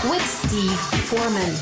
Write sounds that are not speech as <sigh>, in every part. Steve Foreman.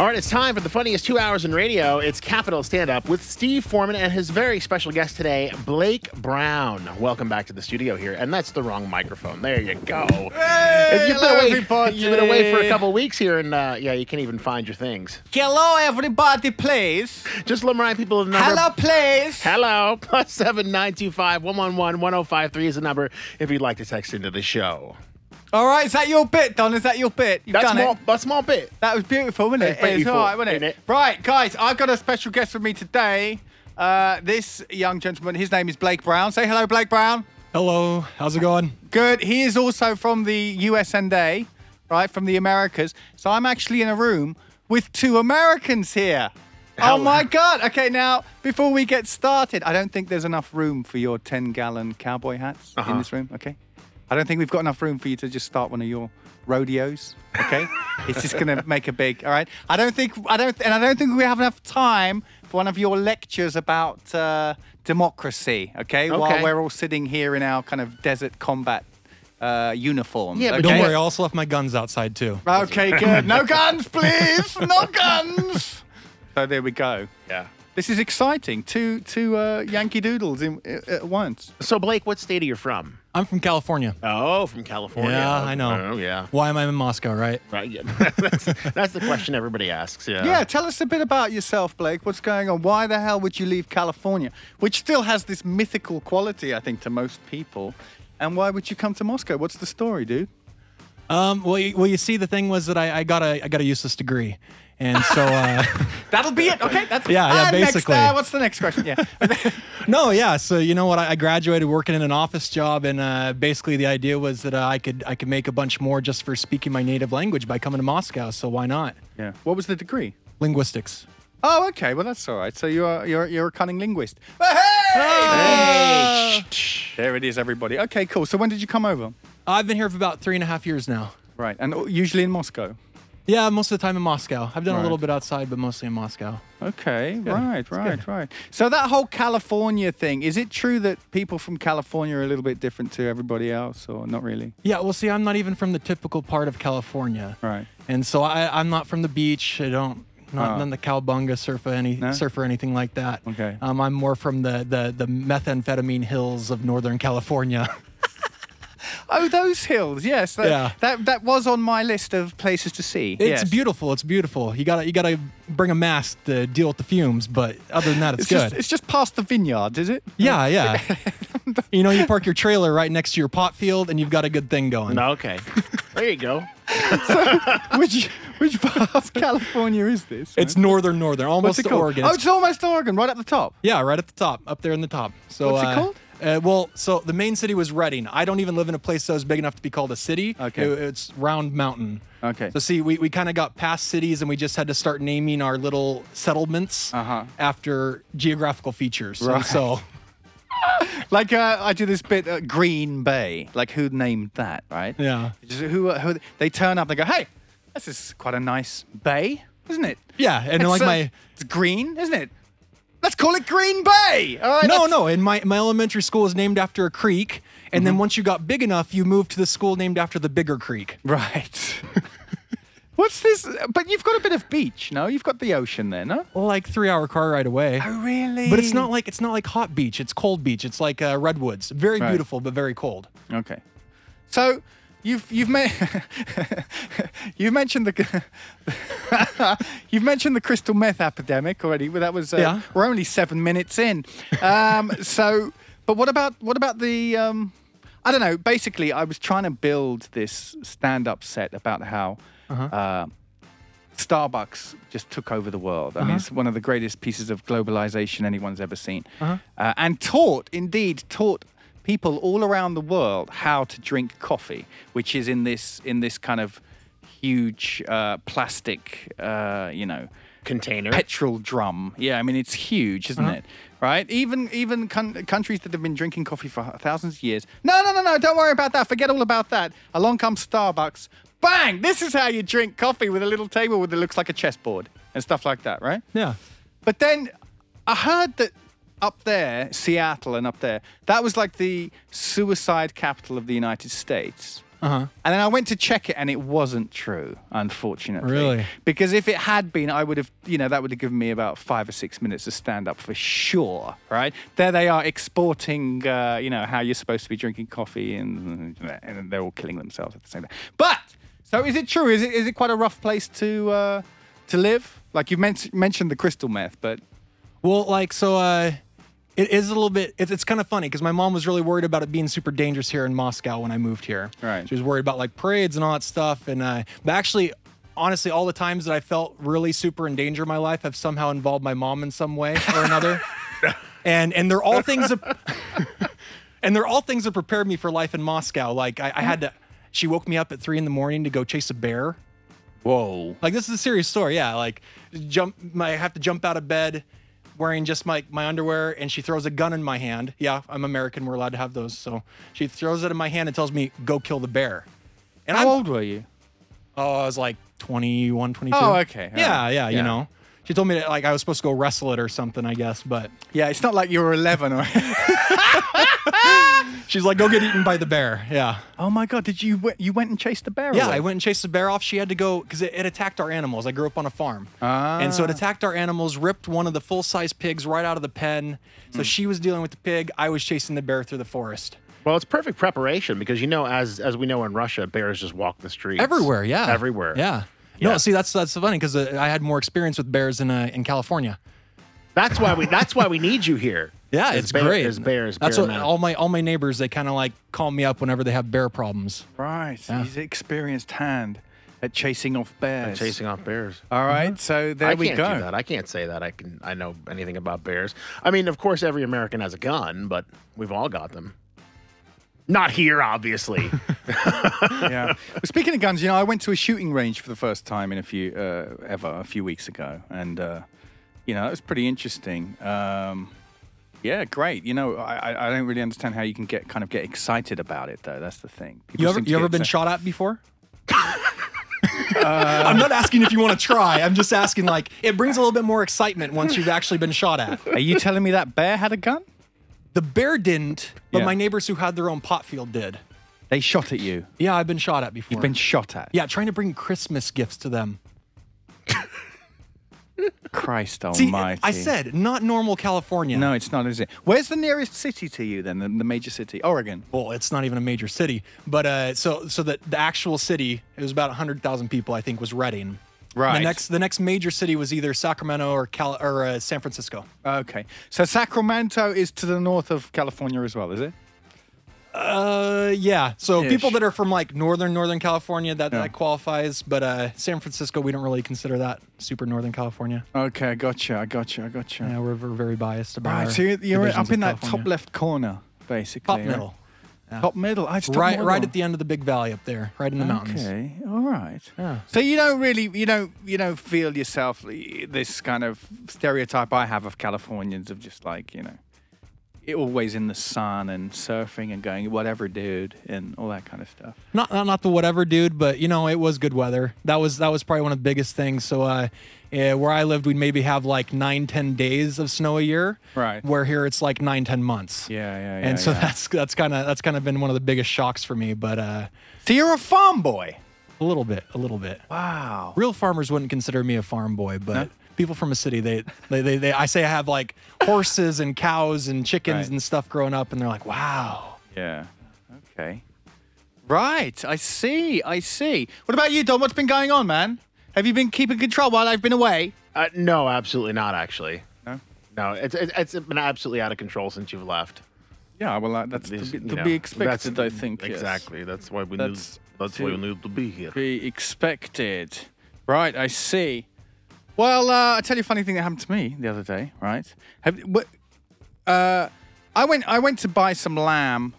All right, it's time for the funniest two hours in radio. It's Capital Stand Up with Steve Foreman and his very special guest today, Blake Brown. Welcome back to the studio here. And that's the wrong microphone. There you go. If you've, hello, been away, everybody. you've been away for a couple weeks here, and uh, yeah, you can't even find your things. Hello, everybody, please. Just let me remind people of the number. Hello, please. Hello. Plus 7925 111 1053 is the number if you'd like to text into the show. All right, is that your bit, Don? Is that your bit? You've That's done more, it. that's more bit. That was beautiful, wasn't it? It's beautiful, all right, wasn't it? ain't it? Right, guys, I've got a special guest with me today. Uh, this young gentleman, his name is Blake Brown. Say hello, Blake Brown. Hello, how's it going? Good. He is also from the US and A, right, from the Americas. So I'm actually in a room with two Americans here. How- Oh <laughs> my God. Okay, now, before we get started, I don't think there's enough room for your 10 gallon cowboy hats Uh-huh. in this room, okay? I don't think we've got enough room for you to just start one of your rodeos, <laughs> okay? it's just gonna make a big, all right? I don't think, I don't, and I don't think we have enough time for one of your lectures about uh, democracy, Okay. okay? While we're all sitting here in our kind of desert combat uh, uniforms. Yeah, but Don't okay? worry, I also left my guns outside too. Okay, <laughs> good. No guns, please. No guns. <laughs> So there we go. Yeah. This is exciting. Two two uh, Yankee Doodles in, uh, at once. So, Blake, what state are you from? I'm from California. Oh, from California. Yeah, I know. Oh, yeah. Why am I in Moscow, right? Right. <laughs> Yeah. that's, that's the question everybody asks. Yeah. Yeah, tell us a bit about yourself, Blake. What's going on? Why the hell would you leave California, which still has this mythical quality, I think, to most people? And why would you come to Moscow? What's the story, dude? Um, well, you, well, you see, the thing was that I, I got a I got a useless degree, and so uh, <laughs> That'll be it. Okay, that's Ah, Yeah, yeah, And next, basically. uh, what's the next question? Yeah, <laughs> no, yeah. So you know what? I, I graduated working in an office job, and uh, basically the idea was that uh, I could I could make a bunch more just for speaking my native language by coming to Moscow. So why not? yeah. What was the degree? Linguistics. Oh, okay. Well, that's all right. So you are you're you're a cunning linguist. Hey! There it is, everybody. Okay, cool. So when did you come over? I've been here for about three and a half years now. Right, and usually in Moscow. Yeah, most of the time in Moscow. I've done a Right. little bit outside, but mostly in Moscow. Okay, right, right, right. So that whole California thing, is it true that people from California are a little bit different to everybody else or not really? Yeah, well, see, I'm not even from the typical part of California. Right. And so I, I'm not from the beach. I don't, not Oh. none the cowbunga surfer, any No? surfer, anything like that. Okay. Um, I'm more from the, the the methamphetamine hills of Northern California. <laughs> Oh, those hills. Yes. That, Yeah. that that was on my list of places to see. It's yes. beautiful. It's beautiful. You gotta you gotta bring a mask to deal with the fumes, but other than that, it's, It's good. just, it's just past the vineyards, is it? yeah, yeah. you know, you park your trailer right next to your pot field, and you've got a good thing going. No, okay. There you go. <laughs> which which part of California is this? It's northern northern, What's almost it to called? Oregon. Oh, It's it's almost Oregon, right at the top. Yeah, right at the top, up there in the top. So What's it uh, called? Uh, well, so the main city was Reading. I don't even live in a place that was big enough to be called a city. Okay. It- it's Round Mountain. Okay. So see, we, we kind of got past cities and we just had to start naming our little settlements Uh-huh. after geographical features. And Right. <laughs> so Like uh, I do this bit at Green Bay. Like who named that, right? Yeah. Just who, uh, who they turn up and go, hey, this is quite a nice bay, isn't it? yeah, and like uh, my it's green, isn't it? Let's call it Green Bay. All right, no let's- no, and my my elementary school is named after a creek, and Mm-hmm. then once you got big enough, you moved to the school named after the bigger creek. Right. <laughs> What's this? But you've got a bit of beach, no? You've got the ocean there, no? Like three hour car ride away. Oh, really? But it's not like it's not like hot beach. It's cold beach. It's like uh, redwoods. Very Right. beautiful, but very cold. Okay. So you've you've me- <laughs> you've mentioned the <laughs> you've mentioned the crystal meth epidemic already. Well, that was uh, Yeah. we're only seven minutes in. Um, <laughs> so, but what about what about the? Um, I don't know. Basically, I was trying to build this stand-up set about how. uh Starbucks just took over the world. I mean, it's one of the greatest pieces of globalization anyone's ever seen. Uh, and taught, indeed, taught people all around the world how to drink coffee, which is in this in this kind of huge uh, plastic, uh, you know, Container. petrol drum. Yeah, I mean it's huge, isn't it? Right? Even even con- countries that have been drinking coffee for thousands of years. No, no, no, no. Don't worry about that. Forget all about that. Along comes Starbucks. Bang! This is how you drink coffee with a little table with that looks like a chessboard and stuff like that, right? Yeah. But then I heard that up there, Seattle and up there, that was like the suicide capital of the United States. And then I went to check it, and it wasn't true, unfortunately. Really? Because if it had been, I would have, you know, that would have given me about five or six minutes of stand up for sure, right? There they are exporting, uh, you know, how you're supposed to be drinking coffee, and, and they're all killing themselves at the same time. But so, is it true? Is it is it quite a rough place to uh, to live? Like you men- mentioned the crystal meth, but Well, like so, uh, it is a little bit. It's, it's kind of funny because my mom was really worried about it being super dangerous here in Moscow when I moved here. Right. She was worried about like parades and all that stuff. And uh, but actually, honestly, all the times that I felt really super in danger in my life have somehow involved my mom in some way or another. and and they're all things that, <laughs> and they're all things that prepared me for life in Moscow. Like I, I had to. She woke me up at three in the morning to go chase a bear. whoa, Like this is a serious story. Yeah, like jump. My, I have to jump out of bed wearing just my my underwear, and she throws a gun in my hand. Yeah, I'm American. We're allowed to have those. So she throws it in my hand and tells me go kill the bear. And how I'm, old were you? Oh, I was like 21, 22. Oh, okay. Yeah, Alright. yeah, Yeah. You know, she told me that like I was supposed to go wrestle it or something. I guess, but Yeah, it's not like you were 11 or. <laughs> she's like go get eaten by the bear. Yeah. oh my god, did you you went and chased the bear? Yeah, away? I went and chased the bear off. She had to go because it, it attacked our animals. I grew up on a farm, and so it attacked our animals, ripped one of the full-size pigs right out of the pen. So she was dealing with the pig. I was chasing the bear through the forest. Well, it's perfect preparation because you know, as as we know in Russia, bears just walk the streets Everywhere, yeah, everywhere. yeah. Yeah. No, see, that's that's funny because uh, I had more experience with bears in uh, in California. that's why we that's why we need you <laughs> here. Yeah, There's it's bear- great. There's bears. That's bear what man. all my all my neighbors they kind of like call me up whenever they have bear problems. Right, he's an experienced hand at chasing off bears. chasing off bears. All Mm-hmm. right, so Oh, there I we can't go. do that. I can't say that. I can. I know anything about bears. I mean, of course, every American has a gun, but we've all got them. Not here, obviously. <laughs> yeah. Well, speaking of guns, you know, I went to a shooting range for the first time in a few uh, ever a few weeks ago, and uh, you know, it was pretty interesting. Um, yeah, great. You know, I, I- I don't really understand how you can get kind of get excited about it though. That's the thing. People You ever seem to you get ever been exci- shot at <laughs> before? Uh, I'm not asking if you want to try. I'm just asking like it brings a little bit more excitement once you've actually been shot at. Are you telling me that bear had a gun? The bear didn't, but Yeah. my neighbors who had their own pot field did. They shot at you. Yeah, I've been shot at before. You've been shot at. yeah, trying to bring Christmas gifts to them. Christ See, Almighty. I said not normal California. No, it's not, is it? Where's the nearest city to you then? The, the major city, Oregon. well, it's not even a major city, but uh, so so that the actual city it was about hundred thousand people, I think, was Reading. Right. The next the next major city was either Sacramento or Cal or uh, San Francisco. Okay. So Sacramento is to the north of California as well, is it? Uh, yeah. So Ish. people that are from like northern Northern California that, that qualifies, but uh, San Francisco we don't really consider that super Northern California. Okay, I gotcha. I gotcha. I gotcha. Yeah, we're, we're very biased about. Right. our So you're, you're divisions up of in that California. top left corner, basically. top right? middle, Top middle. I right right at the end of the big valley up there, right in the mountains. Okay. All right. So you don't really, you don't, you don't feel yourself eh, this kind of stereotype I have of Californians of just like you know, it always in the sun and surfing and going whatever, dude, and all that kind of stuff. Not, not not the whatever dude, but you know it was good weather. That was that was probably one of the biggest things. So uh, eh, where I lived, we'd maybe have like nine ten days of snow a year. Right. Where here it's like nine ten months. Yeah, yeah, yeah. and so yeah. that's that's kind of that's kind of been one of the biggest shocks for me but uh So you're a farm boy. a little bit a little bit Wow. real farmers wouldn't consider me a farm boy but people from a city they they, they they i say i have like horses and cows and chickens Right. and stuff growing up and they're like wow Yeah. Okay. Right. I see. I see. What about you, Don? What's been going on, man? Have you been keeping control while I've been away? uh, no, absolutely not. Actually, No? no. It's, it's it's been absolutely out of control since you've left. Yeah. Well, uh, that's These- to be, you to know, be that's- expected. I think. yes. exactly. That's why we That's need. That's why we to- need to be here. Be expected. Right. I see. Well, uh, I tell you a funny thing that happened to me the other day. Right. Have what? Uh, I went. I went to buy some lamb.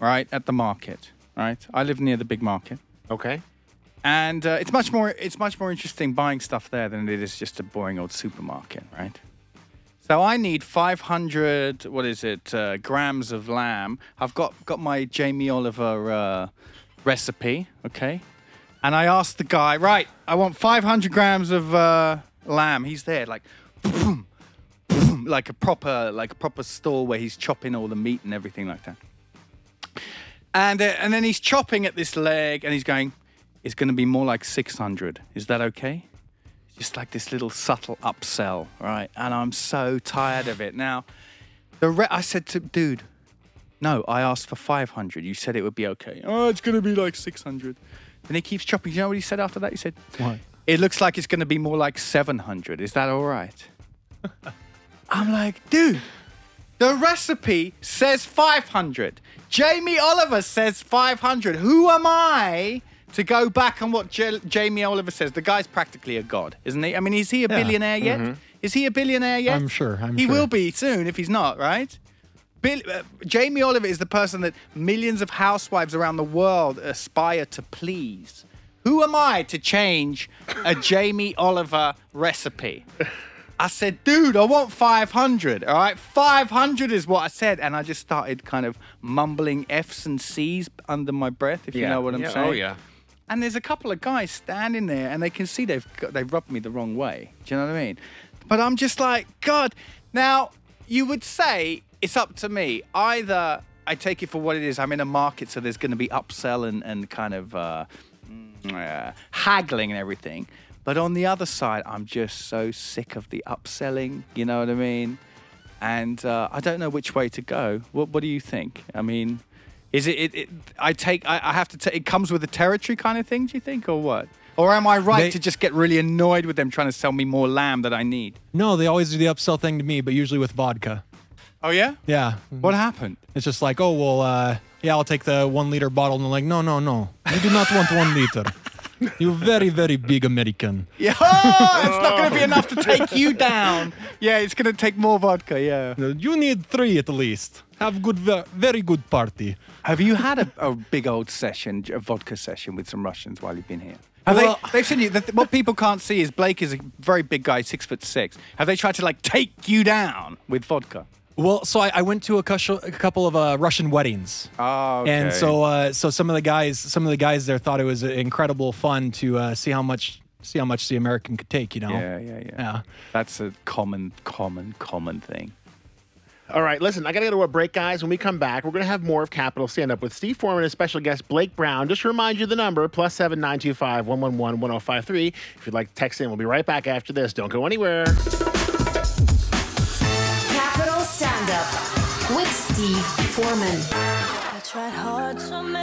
Right at the market. Right. I live near the big market. Okay. and uh, it's much more it's much more interesting buying stuff there than it is just a boring old supermarket, right? So I need 500 what is it uh, grams of lamb. I've got got my Jamie Oliver uh, recipe, okay? And I asked the guy, right? I want 500 grams of uh, lamb. He's there, like. <laughs> like a proper like a proper store where he's chopping all the meat and everything like that. And uh, and then he's chopping at this leg, and he's going, "It's going to be more like 600. Is that okay?" Just like this little subtle upsell, right? And I'm so tired of it now. The re- I said to dude, "No, I asked for 500. You said it would be okay. Oh, it's going to be like 600." Then he keeps chopping. You know what he said after that? He said, What? It looks like it's going to be more like 700. Is that all right? I'm like, dude, the recipe says 500. Jamie Oliver says 500. Who am I to go back on what J- Jamie Oliver says? The guy's practically a god, isn't he? I mean, is he a Yeah. Mm-hmm. billionaire yet? Is he a billionaire yet? I'm sure, I'm he sure. will be soon if he's not, right? Bill, uh, Jamie Oliver is the person that millions of housewives around the world aspire to please. Who am I to change a Jamie Oliver recipe? I said, dude, I want 500. All right, 500 is what I said. And I just started kind of mumbling F's and C's under my breath, if you know what I'm Yeah, saying. Oh yeah. And there's a couple of guys standing there, and they can see they've got, they've rubbed me the wrong way. Do you know what I mean? But I'm just like, God. Now you would say it's up to me. Either I take it for what it is. I'm in a market, so there's going to be upsell and and kind of uh, mm, uh, haggling and everything. But on the other side, I'm just so sick of the upselling. You know what I mean? And uh, I don't know which way to go. What What do you think? I mean. Is it? it, it I take. I, I have to. take it comes with the territory, kind of thing. Do you think, or what? Or am I right They- to just get really annoyed with them trying to sell me more lamb that I need? No, they always do the upsell thing to me, but usually with vodka. Oh yeah. Yeah. What happened? It's just like, oh, well, uh, yeah, I'll take the one liter bottle. And they're like, no, no, no. You do not want one liter. You're very, very big American. Yeah, <laughs> oh, it's not going to be enough to take you down. <laughs> Yeah, it's going to take more vodka. Yeah. You need three at least. Have good, ve- very good party. Have you had a, a big old session, a vodka session with some Russians while you've been here? Have Well- they, they've seen you. The, th- what people can't see is Blake is a very big guy, six foot six. Have they tried to like take you down with vodka? Well, so I, I went to a, cus- a couple of uh, Russian weddings. Oh, And so, uh, so some of the guys, some of the guys there thought it was incredible fun to uh, see how much, see how much the American could take. You know. Yeah, yeah, yeah. Yeah. That's a common, common, common thing. All right, listen, I got to go to a break, guys. When we come back, we're going to have more of Capital Stand Up with Steve Foreman and special guest Blake Brown. Just to remind you the number, plus 7925 111 1053. If you'd like to text in, we'll be right back after this. Don't go anywhere. Capital Stand Up with Steve Foreman. I tried hard to make